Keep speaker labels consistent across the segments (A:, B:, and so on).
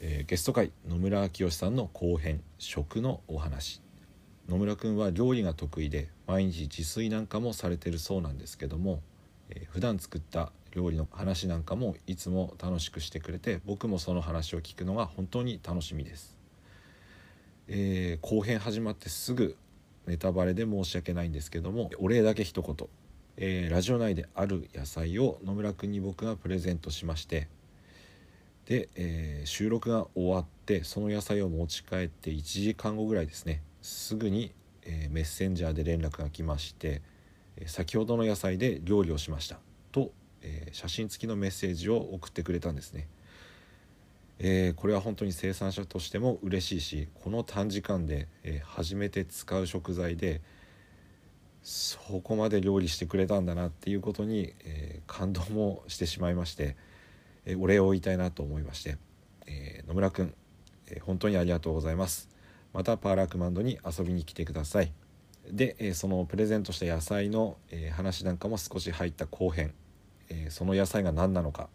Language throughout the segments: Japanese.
A: えーゲスト会野村明義さんの後編食のお話野村くんは料理が得意で毎日自炊なんかもされてるそうなんですけども、えー普段作った料理の話なんかもいつも楽しくしてくれて僕もその話を聞くのが本当に楽しみです、えー後編始まってすぐネタバレで申し訳ないんですけどもお礼だけ一言、えーラジオ内である野菜を野村くんに僕がプレゼントしましてで、えー収録が終わってその野菜を持ち帰って1時間後ぐらいですねすぐに、えーメッセンジャーで連絡が来ましてえー先ほどの野菜で料理をしましたと、えー写真付きのメッセージを送ってくれたんですね、えーこれは本当に生産者としても嬉しいしこの短時間で、えー初めて使う食材でそこまで料理してくれたんだなっていうことに、えー感動もしてしまいまして、えーお礼を言いたいなと思いまして、えー野村くん、えー本当にありがとうございますまたパーラークマンドに遊びに来てくださいで、えーそのプレゼントした野菜の、えー話なんかも少し入った後編、えーその野菜が何なのか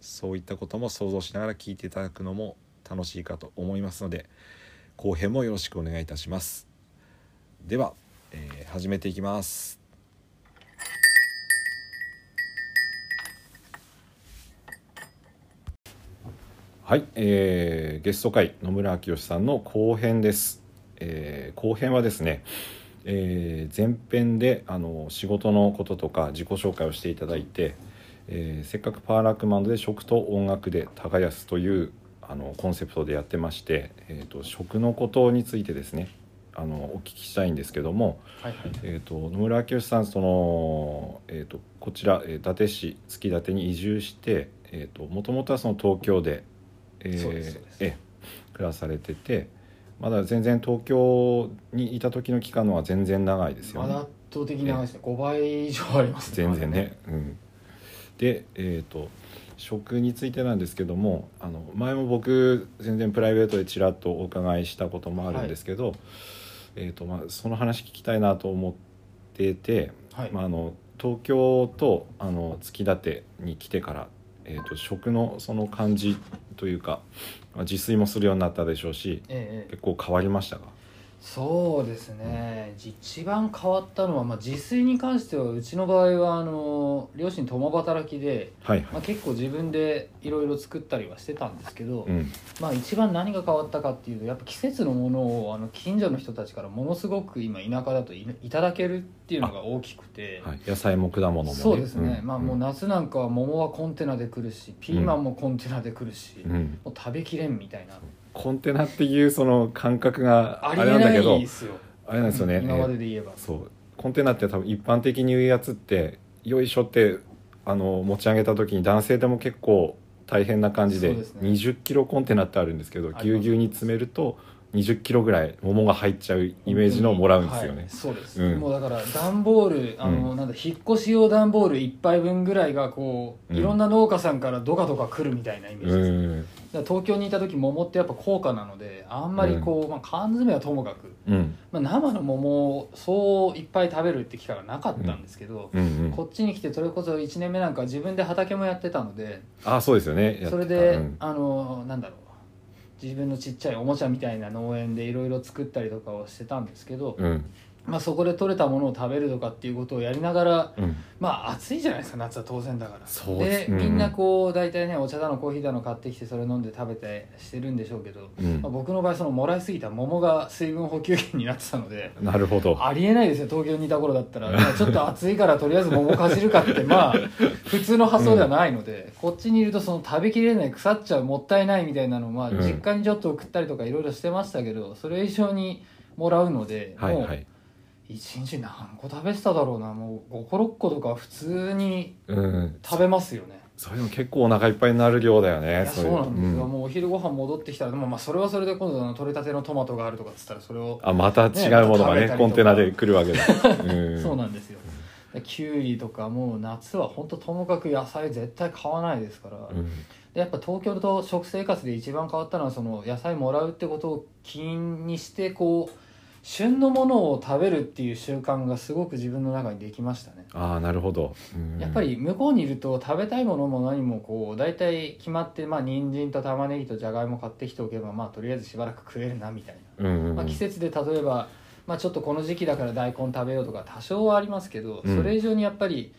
A: そういったことも想像しながら聞いていただくのも楽しいかと思いますので後編もよろしくお願いいたしますでは、えー始めていきますはい、えーゲスト会野村明義さんの後編です、えー後編はですね、えー前編であの仕事のこととか自己紹介をしていただいて、えーせっかくパーラークマンドで食と音楽で耕すというあのコンセプトでやってまして、えー、と食のことについてですねあのお聞きしたいんですけども、
B: はいはい。
A: えー、と野村明義さんその、えー、とこちら、えー伊達市月伊達に移住してもともとはその東京で,、えー
B: そうですそうです
A: ええ暮らされててまだ全然東京にいた時の期間のは全然長いですよ
B: ま
A: ね。
B: だ圧倒的な話で5倍以上あります
A: 全然ね。うん、で、えー、と食についてなんですけどもあの前も僕全然プライベートでちらっとお伺いしたこともあるんですけど、えーとまあ、その話聞きたいなと思ってて、
B: はい。
A: まあ、あの東京とあの月館に来てから、えー、と食のその感じというかまあ自炊もするようになったでしょうし
B: ええええ
A: 結構変わりましたか
B: そうですね、一番変わったのは、まあ、自炊に関してはうちの場合はあの両親共働きで、
A: はいは
B: まあ、
A: い。
B: 結構自分でいろいろ作ったりはしてたんですけど、
A: うん、
B: まあ、一番何が変わったかっていうとやっぱ季節のものをあの近所の人たちからものすごく今田舎だといいただけるっていうのが大きくて。
A: はい、野菜も果物もね
B: そうですね、
A: ん
B: まあもう夏なんかは桃はコンテナで来るしピーマンもコンテナで来るし、
A: う
B: も
A: ん、
B: う食べきれんみたいな
A: コンテナっていうその感覚が
B: あ
A: あ
B: り
A: れ
B: え
A: なんだ
B: な
A: け
B: い
A: ど
B: ですよ
A: あれなんですよね
B: 今までで言えば、
A: えーそうコンテナって多分一般的に言うやつってよいしょってあの持ち上げた時に男性でも結構大変な感じで
B: そうですね
A: 20キロコンテナってあるんですけど
B: ます
A: ぎゅうぎゅうに詰めると20キロぐらい桃が入っちゃうイメージのをもらうんですよ
B: は
A: ね
B: い、そうです、
A: うん
B: もうだから段ボールあの、
A: う
B: なんだ引っ越し用段ボール1杯分ぐらいがこう
A: うん
B: いろんな農家さんからドカドカ来るみたいなイメージ
A: う
B: です、だか
A: ん
B: ら東京にいた時桃ってやっぱ高価なのであんまりこう、まあ、缶詰はともかく、
A: うん
B: まあ、生の桃をそういっぱい食べるって機会がなかったんですけど、
A: うんうん
B: こっちに来てそれこそ1年目なんか自分で畑もやってたので
A: あそうですよねやってた
B: それで、
A: うん
B: あのなんだろう自分のちっちゃいおもちゃみたいな農園でいろいろ作ったりとかをしてたんですけど、
A: うん
B: まあ、そこで採れたものを食べるとかっていうことをやりながら
A: うん
B: まあ暑いじゃないですか夏は当然だから
A: そうですうん
B: みんなこう大体ねお茶だのコーヒーだの買ってきてそれ飲んで食べてしてるんでしょうけど、
A: うん
B: まあ、僕の場合そのもらいすぎた桃が水分補給源になってたので。
A: なるほど
B: ありえないですよ東京にいた頃だったらまあちょっと暑いからとりあえず桃かじるかってまあ普通の発想ではないので、こっちにいるとその食べきれない腐っちゃうもったいないみたいなのをまあ
A: うん
B: 実家にちょっと送ったりとかいろいろしてましたけどそれ以上にもらうので、
A: はい
B: も
A: は
B: う
A: い
B: 1日何個食べてただろうなもう5個6個とか普通に
A: うん
B: 食べますよね
A: それでも結構お腹いっぱいになる量だよ
B: い
A: ね
B: や
A: い
B: そうなんですよ、
A: ん
B: もうお昼ご飯戻ってきたらでもまあそれはそれで今度あの取れたてのトマトがあるとかっつったらそれを
A: あまた違うものがね
B: ね
A: コンテナで来るわけだ、うん
B: そうなんですよでキュウリとかもう夏は本当ともかく野菜絶対買わないですから、
A: うん
B: でやっぱ東京と食生活で一番変わったのはその野菜もらうってことを気にしてこう旬のものを食べるっていう習慣がすごく自分の中にできましたね
A: ああなるほど、うん
B: やっぱり向こうにいると食べたいものも何もこう大体決まってまあ人参と玉ねぎとじゃがいも買ってきておけばまあとりあえずしばらく食えるなみたい
A: うんうんう
B: な、
A: ん
B: まあ、季節で例えば、まあ、ちょっとこの時期だから大根食べようとか多少はありますけど
A: うん
B: それ以上にやっぱり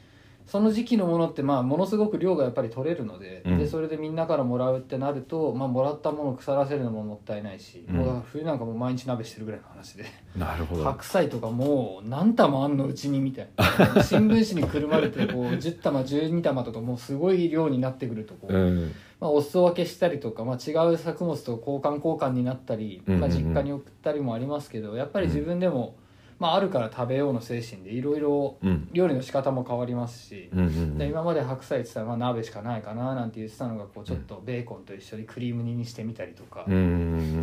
B: その時期のものってまあものすごく量がやっぱり取れるので,、
A: うん
B: でそれでみんなからもらうってなると、まあ、もらったものを腐らせるのももったいないし、
A: うん
B: もうだから冬なんかもう毎日鍋してるぐらいの話で。
A: なるほど
B: 白菜とかもう何玉あんのうちにみたいな新聞紙にくるまれてこう10玉12玉とかもうすごい量になってくるとこう、
A: うん
B: まあ、お裾分けしたりとか、まあ、違う作物と交換交換になったり、
A: うんうんう
B: ま
A: ん
B: あ、実家に送ったりもありますけどやっぱり自分でも、まあ、あるから食べようの精神でいろいろ
A: うん
B: 料理の仕方も変わりますし、
A: うんうんう
B: で
A: ん
B: 今まで白菜って言ったらまあ鍋しかないかななんて言ってたのがこうちょっとベーコンと一緒にクリーム煮にしてみたりとか、
A: うんう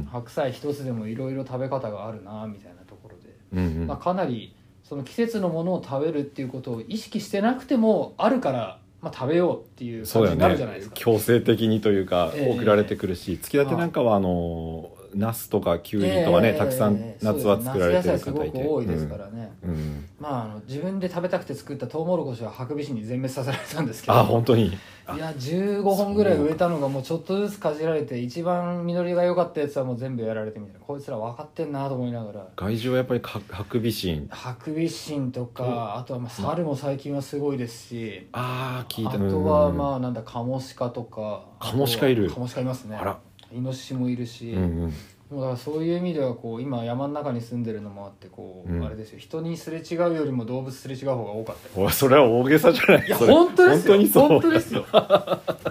A: ん
B: 白菜一つでもいろいろ食べ方があるなみたいなところで。
A: うんうん
B: まあ、かなりその季節のものを食べるっていうことを意識してなくてもあるから、まあ、食べようっていう
A: そう
B: 感じ
A: だ
B: になる
A: よ
B: じゃない
A: ね
B: ですか。
A: 強制的にというか
B: ええ
A: 送られてくるし月立てなんかはあのナスとかキュウリとか
B: え
A: ね
B: え
A: たくさん夏は作られてる
B: そう
A: 方
B: です
A: い
B: 夏野菜
A: て
B: すごく多いですからね、
A: うんうん
B: まああの自分で食べたくて作ったトウモロコシはハクビシンに全滅させられたんですけど
A: あ本当に
B: いや15本ぐらい植えたのがもうちょっとずつかじられて一番実りが良かったやつはもう全部やられてみたいなこいつら分かってんなと思いながら
A: 外獣はやっぱりかハクビシン
B: ハクビシンとかあとはまあ猿も最近はすごいですし、
A: ああ聞いた
B: あとは
A: うん
B: まあなんだカモシカとか
A: カモシカいる
B: あとカモシカいますね
A: あら
B: イノシシもいるし、
A: うんうん
B: もうだからそういう意味ではこう今山の中に住んでるのもあってこう、
A: うん
B: あれですよ人にすれ違うよりも動物すれ違う方が多かったり
A: おいそれは大げさじゃない
B: いや
A: それ
B: 本当で
A: 本
B: すよ
A: 当にそう
B: 本当ですよ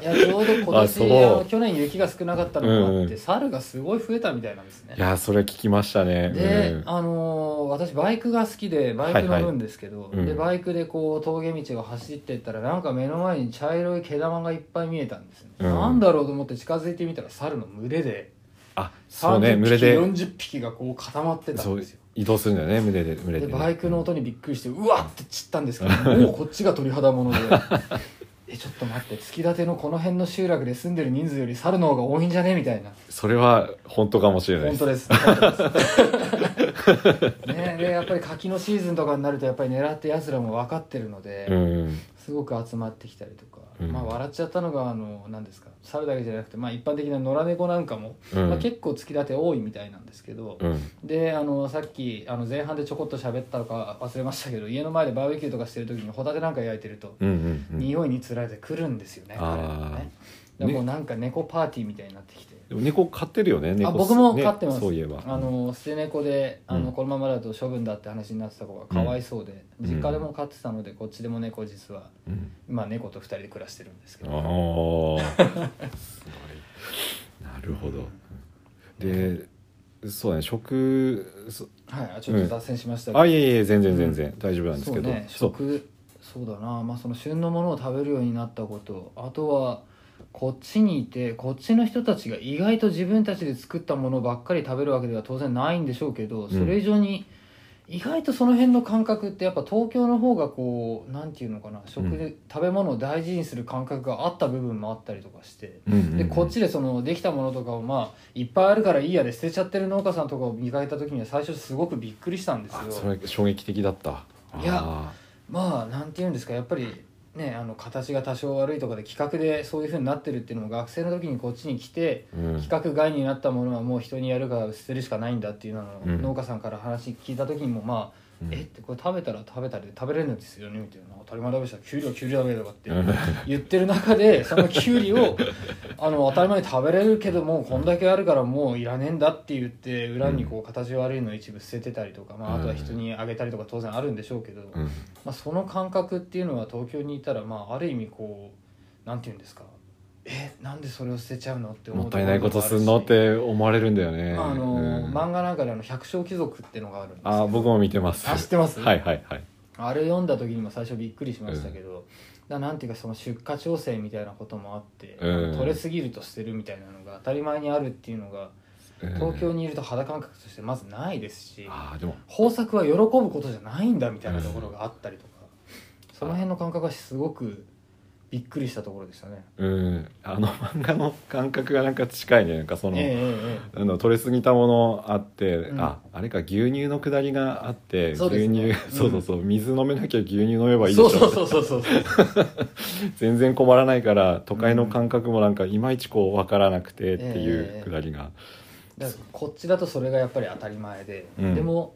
B: いやちょうど今
A: あそう
B: 年あの去年雪が少なかったのもあって、
A: うんうん
B: 猿がすごい増えたみたいなんですね
A: いやそれ聞きましたね
B: で、
A: うん
B: あのー私バイクが好きでバイク乗るんですけど、
A: いはいうん
B: でバイクでこう峠道を走ってったらなんか目の前に茶色い毛玉がいっぱい見えたんですね、
A: うん
B: なんだろうと思って近づいてみたら猿の群れで
A: あそうね
B: 30
A: 群
B: 匹、
A: れで
B: 40匹がこう固まってた
A: そ
B: ん
A: う
B: ですよ
A: 移動するんだよね群れで群れ
B: で
A: でね
B: バイクの音にびっくりしてうわっって散ったんですけど もうこっちが鳥肌ものでえちょっと待って突き立てのこの辺の集落で住んでる人数より猿の方が多いんじゃねみたいな
A: それは本当かもしれないで
B: 本
A: す
B: 当です本当です ねでやっぱり柿のシーズンとかになるとやっぱり狙ってやつらも分かってるので、
A: うん
B: すごく集まってきたりとか、
A: うん
B: まあ笑っちゃったのがあの何ですか猿だけじゃなくて、まあ、一般的な野良猫なんかも、
A: うん
B: まあ、結構突き立て多いみたいなんですけど、
A: うん
B: であのさっきあの前半でちょこっと喋ったのか忘れましたけど家の前でバーベキューとかしてる時にホタテなんか焼いてると、
A: うんうんうん
B: 匂いにつられてくるんですよね
A: あー
B: 彼らがねでもうなんか猫パーティーみたいになってきて。
A: でも猫飼ってるよね猫
B: あ僕も
A: ね
B: 飼ってます、
A: そういえば
B: あの捨て猫であの、
A: うん
B: このままだと処分だって話になってた子がかわいそうで、
A: うん
B: 実家でも飼ってたのでこっちでも猫実は
A: うん
B: 今猫と2人で暮らしてるんですけ
A: あ
B: ど
A: あ すごいなるほどでそうだね食そ
B: はいあちょっと脱線しましたけど、
A: あいえいえ全然全然、大丈夫なんです
B: そ
A: け
B: う
A: ど
B: ね
A: そう
B: 食そうだなまあその旬のものを食べるようになったことあとはこっちにいてこっちの人たちが意外と自分たちで作ったものばっかり食べるわけでは当然ないんでしょうけど、
A: ん
B: それ以上に意外とその辺の感覚ってやっぱ東京の方がこうなんていうのかな食で、食べ物を大事にする感覚があった部分もあったりとかして。
A: うんうんうん
B: でこっちでそのできたものとかをまあいっぱいあるからいいやで捨てちゃってる農家さんとかを見かけた時には最初すごくびっくりしたんですよ
A: あそれ衝撃的だった
B: いや
A: あ
B: まあなんて言うんですかやっぱりねあの形が多少悪いとかで企画でそういう風になってるっていうのも学生の時にこっちに来て
A: ーうん
B: 企画外になったものはもう人にやるから捨てるしかないんだっていうのを
A: うん
B: 農家さんから話聞いた時にもまあ
A: う
B: 「
A: ん
B: えってこれ食べたら食べたで食べれるんですよね」みたいな「当たり前だべしたら給料給料だべ」とかって
A: うん
B: 言ってる中でそのキュウリをあの当たり前に食べれるけどもうこんだけあるからもういらねえんだって言って裏にこう形悪いのを一部捨ててたりとか、まあ、あとは人にあげたりとか当然あるんでしょうけど。
A: うん
B: まあ、その感覚っていうのは東京にいたら、まあ、ある意味こうなんて言うんですかえなんでそれを捨てちゃうのって思
A: も
B: う
A: ったいないことすんのっ
B: とこ
A: て思われるんだよね
B: ろもあるしあの、
A: うん
B: 漫画なんかであの「百姓貴族」ってのがあるんですけど
A: あー僕も見てます
B: あ知ってます
A: はいはいはい
B: あれ読んだ時にも最初びっくりしましたけど、だなんていうかその出荷調整みたいなこともあって、
A: うん
B: 取れすぎると捨てるみたいなのが当たり前にあるっていうのが
A: うん
B: 東京にいると肌感覚としてまずないですし、
A: ああでも
B: 豊作は喜ぶことじゃないんだみたいなところがあったりとか、その辺の感覚はすごくびっくりしたところでしたね。
A: うんあの漫画の感覚がなんか近いねなんかその、
B: えええええ
A: あの取れすぎたものあって、
B: うん
A: ああれか牛乳のくだりがあって
B: そうですね
A: 牛乳そうそうそう、水飲めなきゃ牛乳飲めばい
B: え
A: いでしょ
B: そうそうそうそうそう。
A: 全然困らないから都会の感覚もなんかいまいちこう分からなくてっていう
B: ええ
A: くだりが、
B: だからこっちだとそれがやっぱり当たり前で、
A: うん
B: でも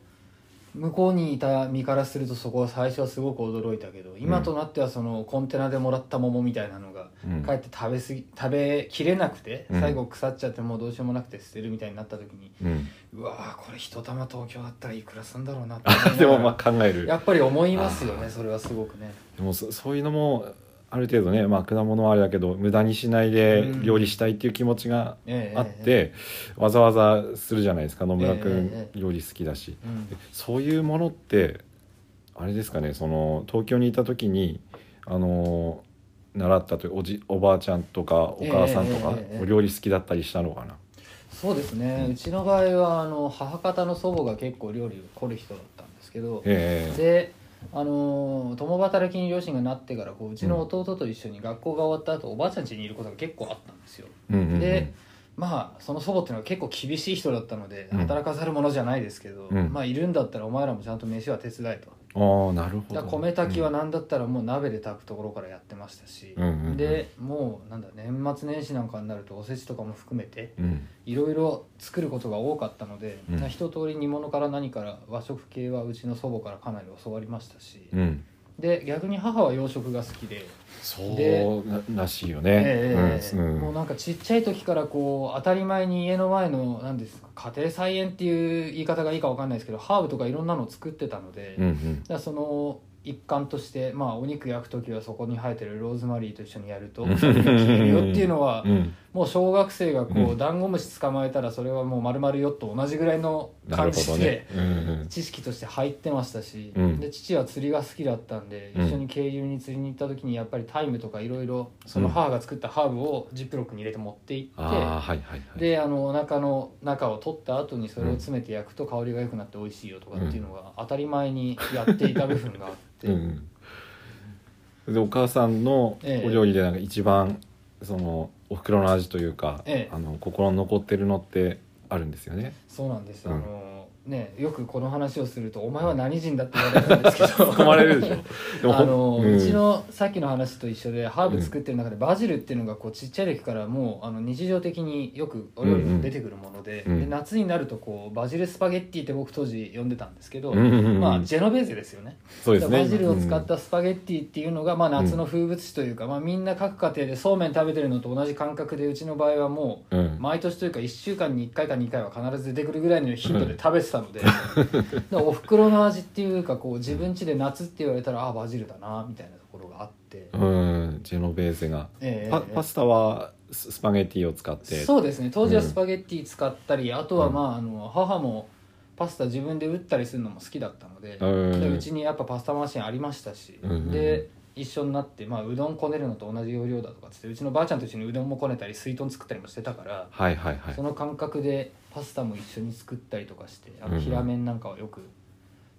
B: 向こうにいた身からするとそこは最初はすごく驚いたけど今となってはそのコンテナでもらった桃みたいなのが
A: うん
B: 帰って食べすぎ食べきれなくて
A: うん
B: 最後腐っちゃってもうどうしようもなくて捨てるみたいになった時に、
A: うん
B: うわーこれ一玉東京だったらいくらすんだろうなって
A: あ でもまあ考える
B: やっぱり思いますよ
A: あ
B: ね
A: ー
B: それはすごくね
A: でもそそういうのもある程度ね、まあ、果物はあれだけど無駄にしないで
B: うん
A: 料理したいっていう気持ちが
B: ええ
A: あっ
B: ええ
A: て、わざわざするじゃないですか野村君、
B: え
A: 料理好きだし。
B: ええうん
A: そういうものってあれですかねその東京にいた時にあの習ったというおじおばあちゃんとかお母さんとか
B: ええええええ
A: お料理好きだったりしたのかな、
B: そうですね、うちの場合はあの母方の祖母が結構料理を凝る人だったんですけど、
A: ええ
B: であのー共働きに両親がなってからこううちの弟と一緒に学校が終わった後、おばあちゃん家にいることが結構あったんですよ
A: うんうんうん
B: でまあその祖母っていうのは結構厳しい人だったので
A: うん
B: 働かざるものじゃないですけど、
A: うん
B: まあいるんだったらお前らもちゃんと飯は手伝えと
A: ああなるほ
B: だ
A: ど
B: から米炊きは何だったらもう鍋で炊くところからやってましたし、
A: うんうんうん
B: でもうなんだ年末年始なんかになるとおせちとかも含めて
A: うん
B: いろいろ作ることが多かったので、
A: うん
B: な一通り煮物から何から和食系はうちの祖母からかなり教わりましたし、
A: うん、うん
B: で逆に母は洋食が好きで、
A: そうならしいよね、
B: ええ
A: うんうん
B: もうなんかちっちゃい時からこう当たり前に家の前の何ですか家庭菜園っていう言い方がいいかわかんないですけどハーブとかいろんなのを作ってたので、
A: うんうん
B: だからその一環として、まあ、お肉焼く時はそこに生えてるローズマリーと一緒にやると
A: うん
B: 臭みが消えるよっていうのは
A: うん
B: もう小学生がこ
A: う
B: うダンゴムシ捕まえたらそれはもう丸々よと同じぐらいの
A: な
B: 感
A: る
B: じ
A: ほど
B: で、
A: ね、うんうん、
B: 知識として入ってましたし、
A: うん
B: で父は釣りが好きだったんで、
A: うん
B: 一緒に渓流に釣りに行った時にやっぱりタイムとかいろいろその母が作ったハーブをジップロックに入れて持って行って、
A: ああはいはいはい
B: であのお腹の中を取った後にそれを詰めて焼くと香りが良くなって美味しいよとかっていうのが当たり前にやっていた部分があって、
A: うんうん、でお母さんの
B: ええ
A: お料理でなんか一番、そのお袋の味というか、
B: ええ
A: あの心に残ってるのってあるんですよ ね。
B: そうなんですよ、
A: うん
B: あのねよくこの話をすると「お前は何人だ?」って言われるんですけ ど
A: 含まれる でしょ。で
B: あ
A: ほ
B: の
A: ん
B: うちのさっきの話と一緒でハーブ作ってる中でバジルっていうのがこうちっちゃい時からもうあの日常的によくお料理に出てくるもので,、
A: うんうん
B: で夏になるとこうバジルスパゲッティって僕当時呼んでたんですけど、
A: うんうんうん
B: まあ、ジェノベーゼですよね
A: そうですね。
B: バジルを使ったスパゲッティっていうのが、まあ、夏の風物詩というか、まあ、みんな各家庭でそうめん食べてるのと同じ感覚でうちの場合はもう
A: うん、うん
B: 毎年というか1週間に1回か2回は必ず出てくるぐらいの頻度で食べてた のでだからおふくろの味っていうかこう自分家で夏って言われたらああバジルだなみたいなところがあって、
A: うんジェノベーゼが、
B: ええ
A: パパスタはススパゲティを使って
B: そうですね当時はスパゲッティ使ったり、あとはまああの母もパスタ自分で打ったりするのも好きだったので,、
A: うん
B: でうちにやっぱパスタマシンありましたし、
A: うん
B: で一緒になって、まあ、うどんこねるのと同じ要領だとかっつってうちのばあちゃんと一緒にうどんもこねたり水豚作ったりもしてたから、
A: はいはいはい
B: その感覚でパスタも一緒に作ったりとかしてあ
A: うんうん
B: の平麺なんかはよく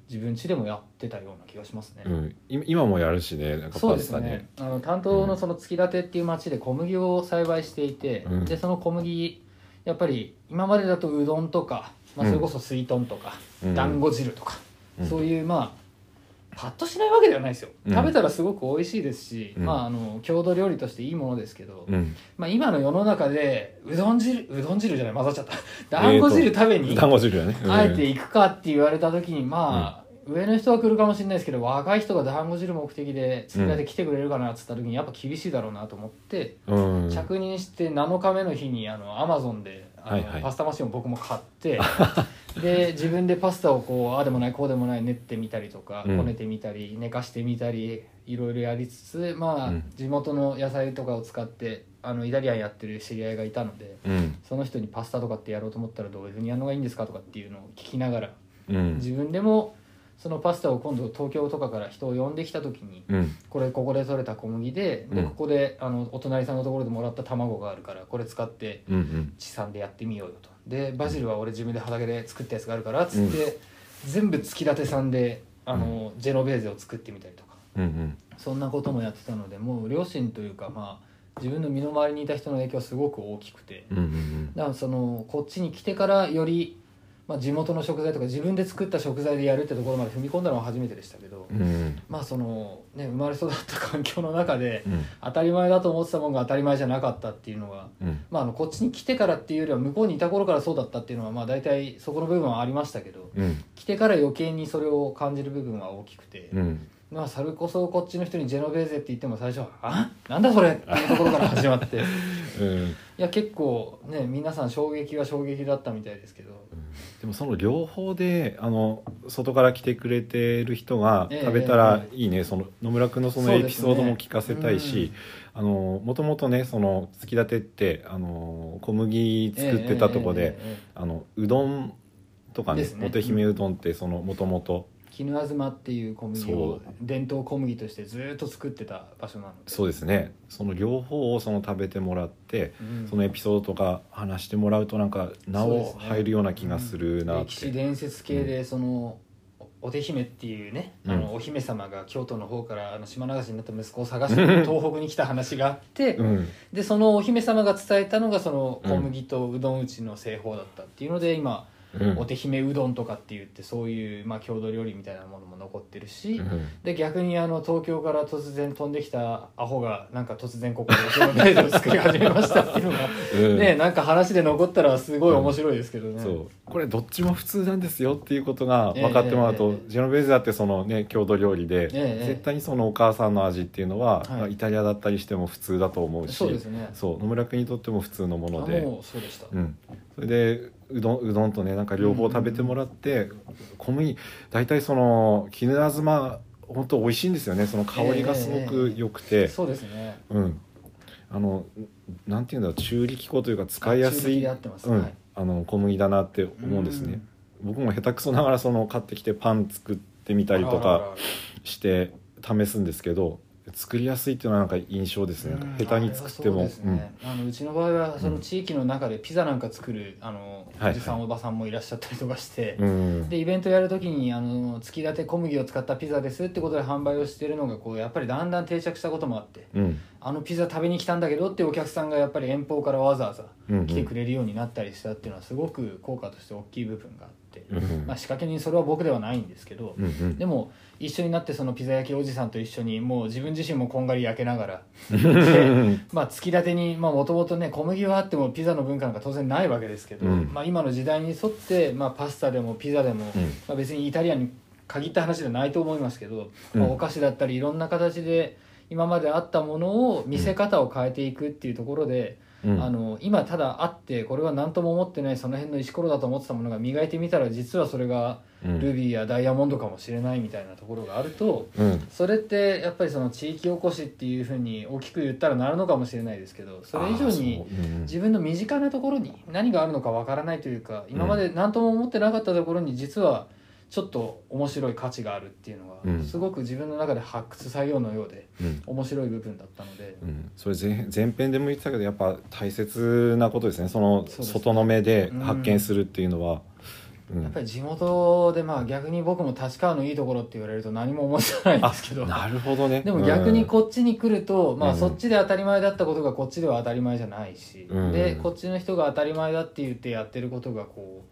B: 自分家でもやってたような気がしますね、
A: うん、い今もやるしねなんか
B: そう
A: パ
B: で
A: ス
B: す
A: タ
B: ね
A: ね
B: あの担当のその月立っていう町で小麦を栽培していて、
A: うん
B: でその小麦やっぱり今までだとうどんとか、まあ、
A: うん
B: それこそ水豚とか、
A: うん
B: 団子汁とか、
A: うん
B: そういうまあパッとしないわけではないですよ、
A: うん
B: 食べたらすごく美味しいですし、
A: うん
B: まああの郷土料理としていいものですけど、
A: うん
B: まあ、今の世の中でうどん汁うどん汁じゃない混ざっちゃった団子汁食べに
A: 団子汁だね、うん
B: あえて行くかって言われた時にまあ、上の人は来るかもしれないですけど若い人が団子汁目的で月きで来てくれるかなっつった時にやっぱ厳しいだろうなと思って、
A: うん、
B: 着任して7日目の日にあのアマゾンであの、
A: はいはい
B: パスタマシンを僕も買って で自分でパスタをこうああでもないこうでもない練ってみたりとか、
A: うん
B: こねてみたり寝かしてみたりいろいろやりつつまあ、
A: うん
B: 地元の野菜とかを使ってあのイタリアンやってる知り合いがいたので
A: うん
B: その人にパスタとかってやろうと思ったらどういうふうにやるのがいいんですかとかっていうのを聞きながら
A: うん
B: 自分でもそのパスタを今度東京とかから人を呼んできた時に
A: うん
B: これここで取れた小麦で
A: う
B: で
A: ん
B: ここであのお隣さんのところでもらった卵があるからこれ使って
A: うんうん
B: 地産でやってみようよとでバジルは俺自分で畑で作ったやつがあるからっつって全部月立さんであのジェノベーゼを作ってみたりとか
A: うんうん
B: そんなこともやってたのでもう両親というかまあ自分の身の回りにいた人の影響はすごく大きくて
A: うんうん
B: だからそのこっちに来てからより、まあ、地元の食材とか自分で作った食材でやるってところまで踏み込んだのは初めてでしたけど、
A: うんうん
B: まあそのね生まれ育った環境の中で
A: うん
B: 当たり前だと思ってたものが当たり前じゃなかったっていうのが。
A: うん
B: まあ、あのこっちに来てからっていうよりは向こうにいた頃からそうだったっていうのはまあ大体そこの部分はありましたけど
A: うん
B: 来てから余計にそれを感じる部分は大きくて、
A: うん
B: まあそれこそこっちの人にジェノベーゼって言っても最初は「あなんだそれ!」っていうところから始まってい
A: うん
B: や結構ね皆さん衝撃は衝撃だったみたいですけど
A: でもその両方であの外から来てくれてる人が
B: ええ
A: 食べたらいいね、その野村君のその
B: そう
A: エ
B: です
A: ピ
B: ね
A: ソードも聞かせたいし、あのもともとねそのつきたてってあの小麦作ってたとこで、
B: えええええええ
A: あのうどんとかね
B: ですね
A: お手姫うどんってそのもともと
B: え絹あずまっていう小麦を
A: そう
B: 伝統小麦としてずっと作ってた場所なので
A: そうですねその両方をその食べてもらって、
B: うん
A: そのエピソードとか話してもらうとなんかな
B: そうで
A: お
B: すね
A: 入るような気がするなっ
B: 歴史
A: て。
B: 伝説系でその、おお手姫っていうね、あ
A: うん
B: のお姫様が京都の方からあの島流しになった息子を探して東北に来た話があって、
A: うん
B: でそのお姫様が伝えたのがその小麦とうどん打ちの製法だったっていうので今、
A: うん
B: お手姫うどんとかって言ってそういう、まあ、郷土料理みたいなものも残ってるし、
A: うん
B: で逆にあの東京から突然飛んできたアホがなんか突然ここでお手を作り始めましたっていうのが、
A: うん
B: ねなんか話で残ったらすごい面白いですけどね。
A: そうこれどっちも普通なんですよっていうことが分かってもらうと、
B: ええええ
A: ジェノベーゼだってそのね郷土料理で、
B: ええ
A: 絶対にそのお母さんの味っていうのは、
B: はい
A: イタリアだったりしても普通だと思うし
B: そうですね
A: そう野村君にとっても普通のもの
B: あ
A: で
B: もうそうでした、
A: うん、それでうどんうどんとねなんか両方食べてもらって、小麦大体その絹あずま本当美味しいんですよねその香りがすごく良くて、
B: そうですね
A: うんあのなんていうんだろう中力粉というか使いやすい
B: あ中力で合ってます
A: うん
B: はい
A: あの小麦だなって思うんですね、僕も下手くそながらその買ってきてパン作ってみたりと
B: あらあらあ
A: からして試すんですけど作りやすいっていうのはなんか印象ですね、
B: うん
A: 下手に作っても
B: あれはそうですねあのうちの場合はその地域の中でピザなんか作るあの
A: はい
B: おじさんおばさんもいらっしゃったりとかして、
A: うん、うん
B: でイベントやるときにあの月立て小麦を使ったピザですってことで販売をしてるのがこうやっぱりだんだん定着したこともあって
A: うん
B: あのピザ食べに来たんだけどってお客さんがやっぱり遠方からわざわざ
A: うん
B: 来てくれるようになったりしたっていうのはすごく効果として大きい部分があって、
A: うん
B: まあ、仕掛け人それは僕ではないんですけど、
A: うんうん
B: でも一緒になってそのピザ焼きおじさんと一緒にもう自分自身もこんがり焼けな がらでまあ突き立てにもともとね小麦はあってもピザの文化なんか当然ないわけですけど、
A: うん
B: まあ、今の時代に沿って、まあ、パスタでもピザでも、
A: うん
B: まあ、別にイタリアンに限った話じゃないと思いますけど、
A: うん
B: まあお菓子だったりいろんな形で今まであったものを見せ方を変えていくっていうところで、
A: うん
B: あの今ただあってこれは何とも思ってないその辺の石ころだと思ってたものが磨いてみたら実はそれが。
A: うん
B: ルビーやダイヤモンドかもしれないみたいなところがあると
A: うん
B: それってやっぱりその地域おこしっていうふうに大きく言ったらなるのかもしれないですけどそれ以上
A: あ
B: に
A: ーそううんうん
B: 自分の身近なところに何があるのかわからないというか今まで何とも思ってなかったところに実はちょっと面白い価値があるっていうの
A: う
B: が
A: ん
B: すごく自分の中で発掘作業のようで
A: うん
B: 面白い部分だったので
A: うん、それ前前編でも言ってたけどやっぱ大切なことですねその
B: そうですね
A: 外の目で発見するっていうのは、うん
B: やっぱり地元でまあ逆に僕も立川のいいところって言われると何も思ってないんですけど。
A: なるほどね
B: でも逆に
A: うん
B: こっちに来ると、ま
A: う
B: あ
A: ん
B: そっちで当たり前だったことがこっちでは当たり前じゃないし、
A: うん
B: でこっちの人が当たり前だって言ってやってることがこ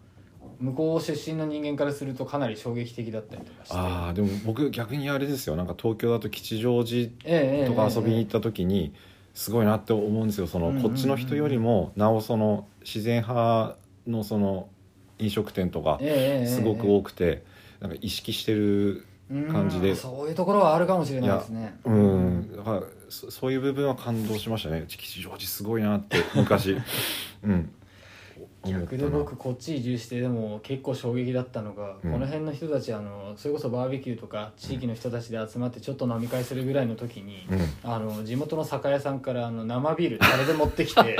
B: う向こう出身の人間からするとかなり衝撃的だったりとかして
A: ああでも僕逆にあれですよなんか東京だと吉祥寺
B: ええええ
A: とか遊びに行っ
B: え
A: た時にすごいなって思うんですよその、
B: うんうんうん
A: こっちの人よりもなおその自然派のその飲食店とか
B: えええええ
A: すごく多くてなんか意識してる
B: うん
A: 感じで
B: そういうところはあるかもしれないですね
A: うん、だからそそういう部分は感動しましたね吉祥寺すごいなって 昔うん思った
B: 逆
A: な
B: で僕こっち移住してでも結構衝撃だったのが、
A: うん
B: この辺の人たちあのそれこそバーベキューとか地域の人たちで集まってちょっと飲み会するぐらいの時に、
A: うん
B: あの地元の酒屋さ んからあの生ビールあれで持ってきて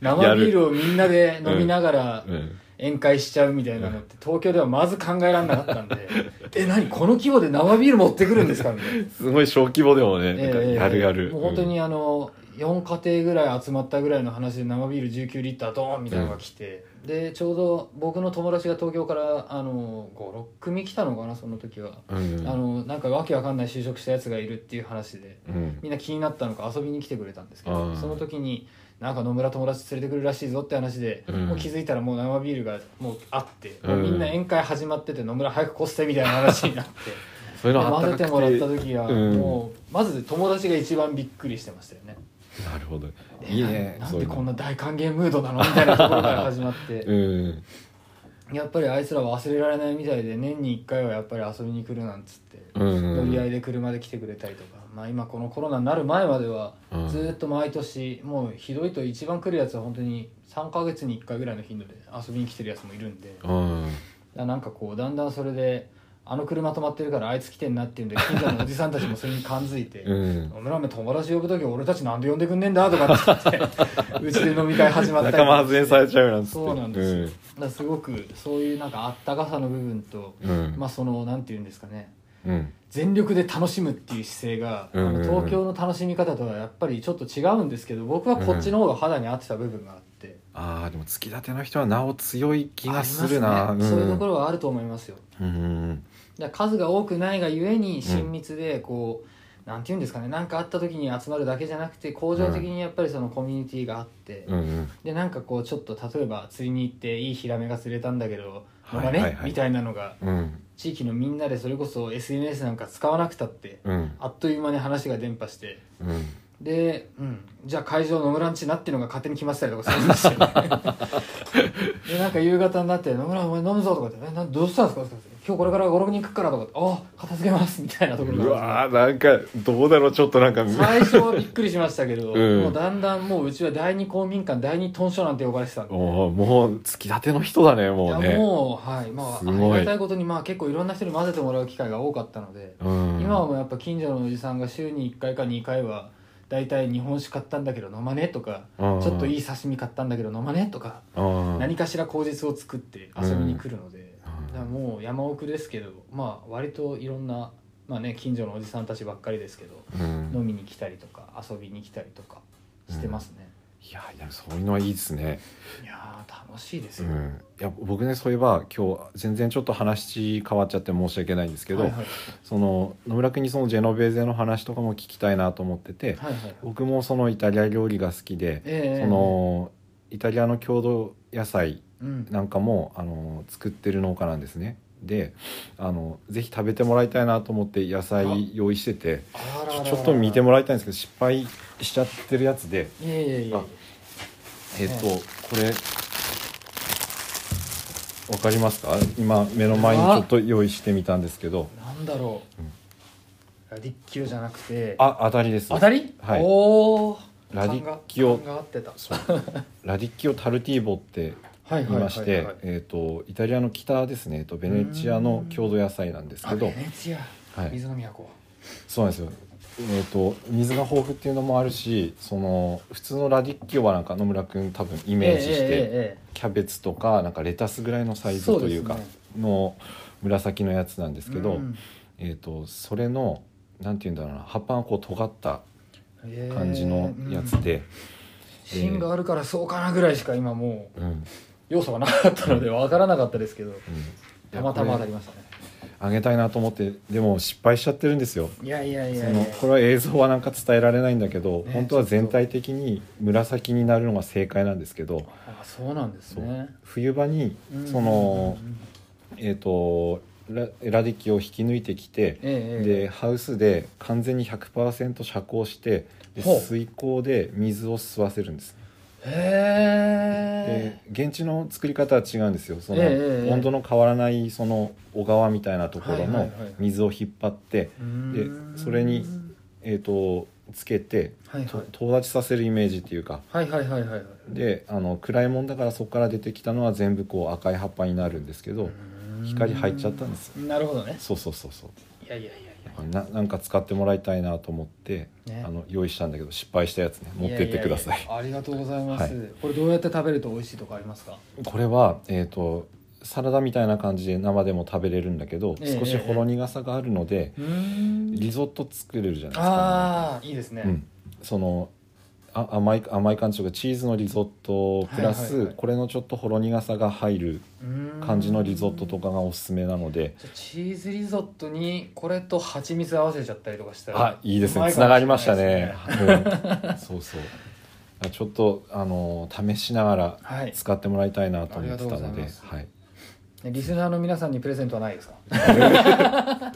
B: 生ビールをみんなで飲みながら、
A: うん
B: 宴会しちゃうみたいなのって東京ではまず考えられなかったんで え何この規模で生ビール持ってくるんですかみたいな
A: すごい小規模でもね、なんか
B: ええ
A: やるやる、
B: もう本当にあの4家庭ぐらい集まったぐらいの話で生ビール19リッタードーンみたいなのが来て、でちょうど僕の友達が東京からあの56組来たのかなその時は、
A: うん、うん
B: あのなんかわけわかんない就職したやつがいるっていう話で
A: うん
B: みんな気になったのか遊びに来てくれたんですけ
A: あ
B: ど
A: ー
B: その時になんか野村友達連れてくるらしいぞって話で、
A: うん
B: もう気づいたらもう生ビールがもうあって、
A: うん
B: もうみんな宴会始まってて野村早くこせみたいな話になって。
A: そういうのあっ
B: 混
A: たか
B: ぜ
A: くて
B: てもらった時は、
A: うん
B: もうまず友達が一番びっくりしてましたよね
A: なるほどいいね
B: な
A: そ
B: ん
A: うい
B: で
A: うの
B: こんな大歓迎ムードなのみたいなところから始まって
A: うん
B: やっぱりあいつらは忘れられないみたいで年に1回はやっぱり遊びに来るなんつって
A: うん
B: 乗り合いで車で来てくれたりとか、まあ、今このコロナになる前までは
A: うん
B: ずーっと毎年もうひどいと一番来るやつは本当に3ヶ月に1回ぐらいの頻度で遊びに来てるやつもいるんで
A: うん
B: だからなんかこうだんだんそれであの車止まってるからあいつ来てんなっていうんで近所のおじさんたちもそれに感づいて。
A: うん
B: 野村め友達呼ぶ時俺たちなんで呼んでくんねえんだとかって 言ってうちで飲み会始まったり
A: 仲間外れされちゃうなんつって
B: そうなんですよ、だからすごくそういうなんかあったかさの部分と、
A: うんうん
B: まあそのなんて言うんですかね
A: うん
B: 全力で楽しむっていう姿勢が、
A: うんうんうん
B: あの東京の楽しみ方とはやっぱりちょっと違うんですけど僕はこっちの方が肌に合ってた部分があって、
A: ああでも突き立ての人はなお強い気がする
B: あ
A: な、
B: りますねそういうところはあると思いますよ
A: うん
B: だから数が多くないがゆえに親密でこう、なんて言うんですかね何かあった時に集まるだけじゃなくて恒常的にやっぱりそのコミュニティがあって、
A: うんうん
B: でなんかこうちょっと例えば釣りに行っていいヒラメが釣れたんだけど
A: はい
B: まあね、
A: はいはい
B: みたいなのが
A: うん
B: 地域のみんなでそれこそ SNS なんか使わなくたって
A: うん
B: あっという間に話が伝播して
A: うん
B: で、うん、じゃあ会場野村んちなっていうのが勝手に来ましたりとかするんですよ、ね、 でなんか夕方になって「野村お前飲むぞ」とかって「えなどうしたんですか?」とかって「今日これから56人来っから」とかって「あ片付けます」みたいなところ
A: う
B: が
A: わーなんかどうだろうちょっとなんか
B: 最初はびっくりしましたけど、
A: うん
B: もうだんだんもううちは第二公民館第二豚書なんて呼ばれてたんで
A: おーもう突き立ての人だねもう
B: いや
A: ね
B: もうはいますあ
A: ごい
B: ありがたいことにまあ結構いろんな人に混ぜてもらう機会が多かったので、
A: うん
B: 今はもうやっぱ近所のおじさんが週に1回か2回は大体日本酒買ったんだけど飲まねとか、
A: うん
B: ちょっといい刺身買ったんだけど飲まねとか、
A: うん
B: 何かしら口実を作って遊びに来るので、
A: うん
B: だからもう山奥ですけどまあ割といろんなまあね近所のおじさんたちばっかりですけど、
A: うん
B: 飲みに来たりとか遊びに来たりとかしてますね、
A: いやいやそういうのはいいですね
B: いやー楽しいです
A: う
B: よ、
A: んいや僕ねそういえば今日全然ちょっと話変わっちゃって申し訳ないんですけど、
B: はいはい
A: その野村君にそのジェノベーゼの話とかも聞きたいなと思ってて
B: はいはい
A: 僕もそのイタリア料理が好きで、
B: ええ
A: そのイタリアの郷土野菜
B: うん
A: なんかもあの作ってる農家なんですねであのぜひ食べてもらいたいなと思って野菜用意してて
B: あらららら
A: ちょちょっと見てもらいたいんですけど失敗しちゃってるやつで
B: いやいやいや
A: あえっと
B: え
A: これわかりますか今目の前にちょっと用意してみたんですけど
B: なんだろう、
A: うん
B: ラディッキオじゃなくて
A: あ当たりです
B: 当たり、
A: はい
B: おお
A: ラディッキオ
B: が合ってた
A: そうラディッキオ・タルティーボって
B: はい
A: いまして、えー、とイタリアの北ですね、えっと、ベネチアの郷土野菜なんですけど
B: あベネチア、
A: はい
B: 水の都
A: そうなんですよ、えー、と水が豊富っていうのもあるしその普通のラディッキオはなんか野村君多分イメージして、
B: ええ
A: キャベツとかなんかレタスぐらいのサイズ
B: そう
A: と
B: です
A: い
B: ね
A: うかの紫のやつなんですけど、
B: うん
A: えー、とそれのなんて言うんだろうな葉っぱがこう尖った
B: ええ
A: 感じのやつで、
B: うん芯があるからそうかなぐらいしか今もう
A: うんうん
B: 要素がなかったので分からなかったですけどたまたま当たりましたね
A: あげたいなと思ってでも失敗しちゃってるんですよ
B: いやいやい
A: そ
B: やい
A: の
B: や
A: これは映像はなんか伝えられないんだけど、
B: ね
A: 本当は全体的に紫になるのが正解なんですけど
B: あそうなんですね
A: 冬場に
B: うん
A: その、えっ、とララディキを引き抜いてきて、
B: ええええ
A: でハウスで完全に100%遮光してで
B: ほう
A: 水耕で水を吸わせるんです、
B: へえ
A: で現地の作り方は違うんですよその、
B: ええええ
A: 温度の変わらないその小川みたいなところ
B: はい
A: の
B: はいはい
A: 水を引っ張って、
B: うん
A: それにえっ、とつけて
B: はい
A: と
B: はい
A: 友達させるイメージっていうか
B: はいはいはいはいはい
A: であの暗いもんだからそこから出てきたのは全部こう赤い葉っぱになるんですけど光入っちゃったんです
B: なるほどね
A: そうそうそうそう
B: いやいやいやい
A: ななんか使ってもらいたいなと思って、
B: ね
A: あの用意したんだけど失敗したやつね持ってってください
B: やややありがとうございます、
A: は
B: これどうやって食べると美味しいとかありますか
A: これはえっ、とサラダみたいな感じで生でも食べれるんだけど、
B: ええ
A: 少しほろ苦さがあるので、
B: うーん
A: リゾット作れるじゃないですか、
B: ああいいですね、
A: うん、そのあ甘い甘い感じとかチーズのリゾットプラス、
B: はいはいはい
A: これのちょっとほろ苦さが入る
B: うーん
A: 感じのリゾットとかがおすすめなので、
B: じゃあチーズリゾットにこれと蜂蜜合わせちゃったりとかしたら
A: あいいです
B: うま
A: ね
B: い
A: つ
B: かも
A: な
B: しれ
A: が
B: な
A: り
B: い
A: ましたね、うん、そうそうあちょっとあの試しながら
B: はい
A: 使ってもらいたいなと思ってた
B: ありがとう
A: の
B: ござい
A: で
B: ます
A: はい
B: ねリスナーの皆さんにプレゼントはないですか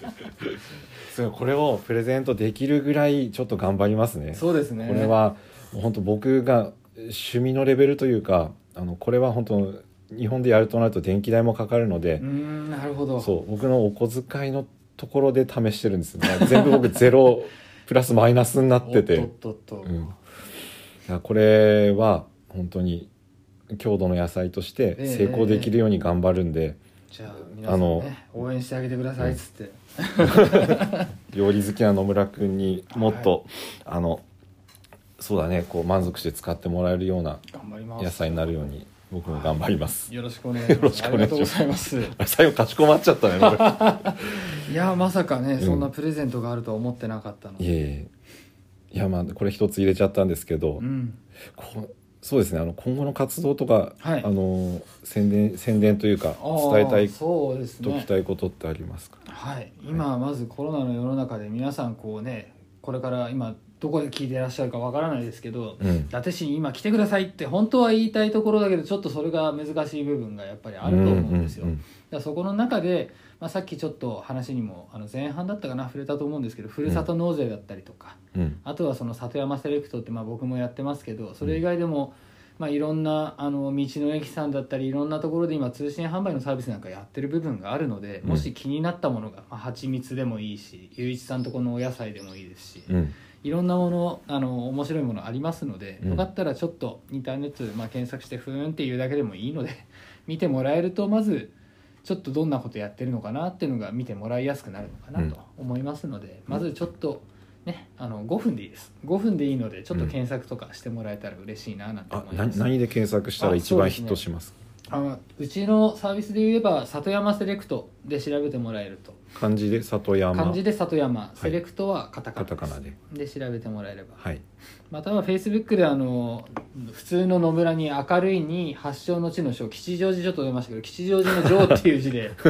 A: すごいこれをプレゼントできるぐらいちょっと頑張りますね
B: そうですね
A: これは本当僕が趣味のレベルというかあのこれは本当日本でやるとなると電気代もかかるの
B: う
A: で
B: ー、んなるほど
A: そう僕のお小遣いのところで試してるんですよね全部僕ゼロプラスマイナスになってて
B: おっとっとっ
A: う
B: と、
A: ん、いやこれは本当に郷土の野菜として
B: ええ
A: 成功できるように頑張るんで、
B: じゃあ皆さん、ね、応援してあげてくださいっつって、
A: 料理好きな野村君にもっと、あのそうだねこう満足して使ってもらえるような
B: 頑張ります
A: 野菜になるように僕も頑張ります、
B: よろしくお願いし
A: よ
B: ま
A: ろし
B: す
A: く
B: あ
A: お
B: り
A: 願
B: が
A: いします
B: とうございます
A: 最後かしこまっちゃったね僕
B: いやまさかね、
A: ん
B: そんなプレゼントがあるとは思ってなかったの
A: いえいえいやまあこれ一つ入れちゃったんですけど、
B: うん
A: こうそうですねあの今後の活動とか、
B: はい
A: あの宣伝宣伝というか
B: あー
A: 伝えたい
B: そうです
A: と
B: ね
A: きたいことってありますか、
B: はい今まずコロナの世の中で皆さんこうねこれから今どこで聞いてらっしゃるかわからないですけど、
A: うん
B: 伊達市今来てくださいって本当は言いたいところだけどちょっとそれが難しい部分がやっぱりあると思うんですよ、
A: うう
B: だからそこの中で、まあ、さっきちょっと話にもあの前半だったかな触れたと思うんですけどふるさと納税だったりとか、
A: うんうん
B: あとはその里山セレクトってまあ僕もやってますけどそれ以外でも、まあ、いろんなあの道の駅さんだったりいろんなところで今通信販売のサービスなんかやってる部分があるので
A: うん
B: もし気になったものが、まあ、蜂蜜でもいいしゆういちさんとこのお野菜でもいいですし、
A: うん
B: いろんなものあの面白いものありますので、
A: うん
B: よかったらちょっとインターネットで、まあ、検索して「ふーん」っていうだけでもいいので 見てもらえるとまずちょっとどんなことやってるのかなっていうのが見てもらいやすくなるのかなと思いますので、まずちょっとねあの5分でいいです5分でいいのでちょっと検索とかしてもらえたら嬉しいななんて
A: あ
B: 思いま
A: 何
B: す、
A: 何で検索したら一番ヒットします
B: あのうちのサービスで言えば「里山セレクト」で調べてもらえると
A: 漢字で里山
B: 漢字で里山、セレクトはカタカ
A: カタ
B: ナです
A: カナで
B: で調べてもらえれば
A: はい
B: またはフェイスブックであの普通の野村に明るいに発祥の地の書吉祥寺ちょっと出ましたけど吉祥寺の城っていう字で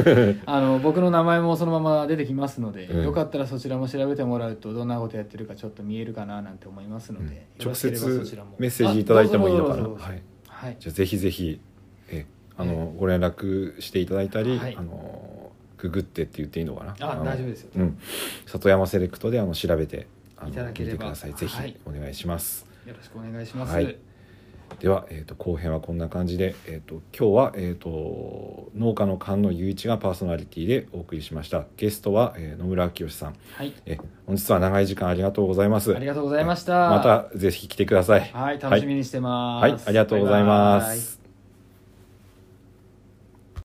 B: あの僕の名前もそのまま出てきますので、
A: うん
B: よかったらそちらも調べてもらうとどんなことやってるかちょっと見えるかななんて思いますので、
A: うん
B: よろ
A: 直
B: しければそ
A: 接
B: ちらも
A: メッセージいただいてもいいのか
B: あ
A: な
B: どうぞどうぞどうぞ
A: はい
B: はい、
A: じゃあぜひぜひえあのご連絡していただいたり、
B: はい
A: あのググってって言っていいのかな
B: あ
A: の
B: 大丈夫ですよ
A: うん里山セレクトであの調べてあの
B: いただければ
A: 見てくださいぜひ
B: はい
A: お願いします、
B: よろしくお願いします、
A: はいでは、えー、と後編はこんな感じで、えー、と今日は、えー、と農家の菅野雄一がパーソナリティでお送りしましたゲストは、えー野村明さん
B: はい、
A: え本日は長い時間ありがとうございます
B: ありがとうございました、
A: またぜひ来てください
B: はい楽しみにしてます、
A: はいありがとうござい
B: バイ
A: ま
B: バイ
A: す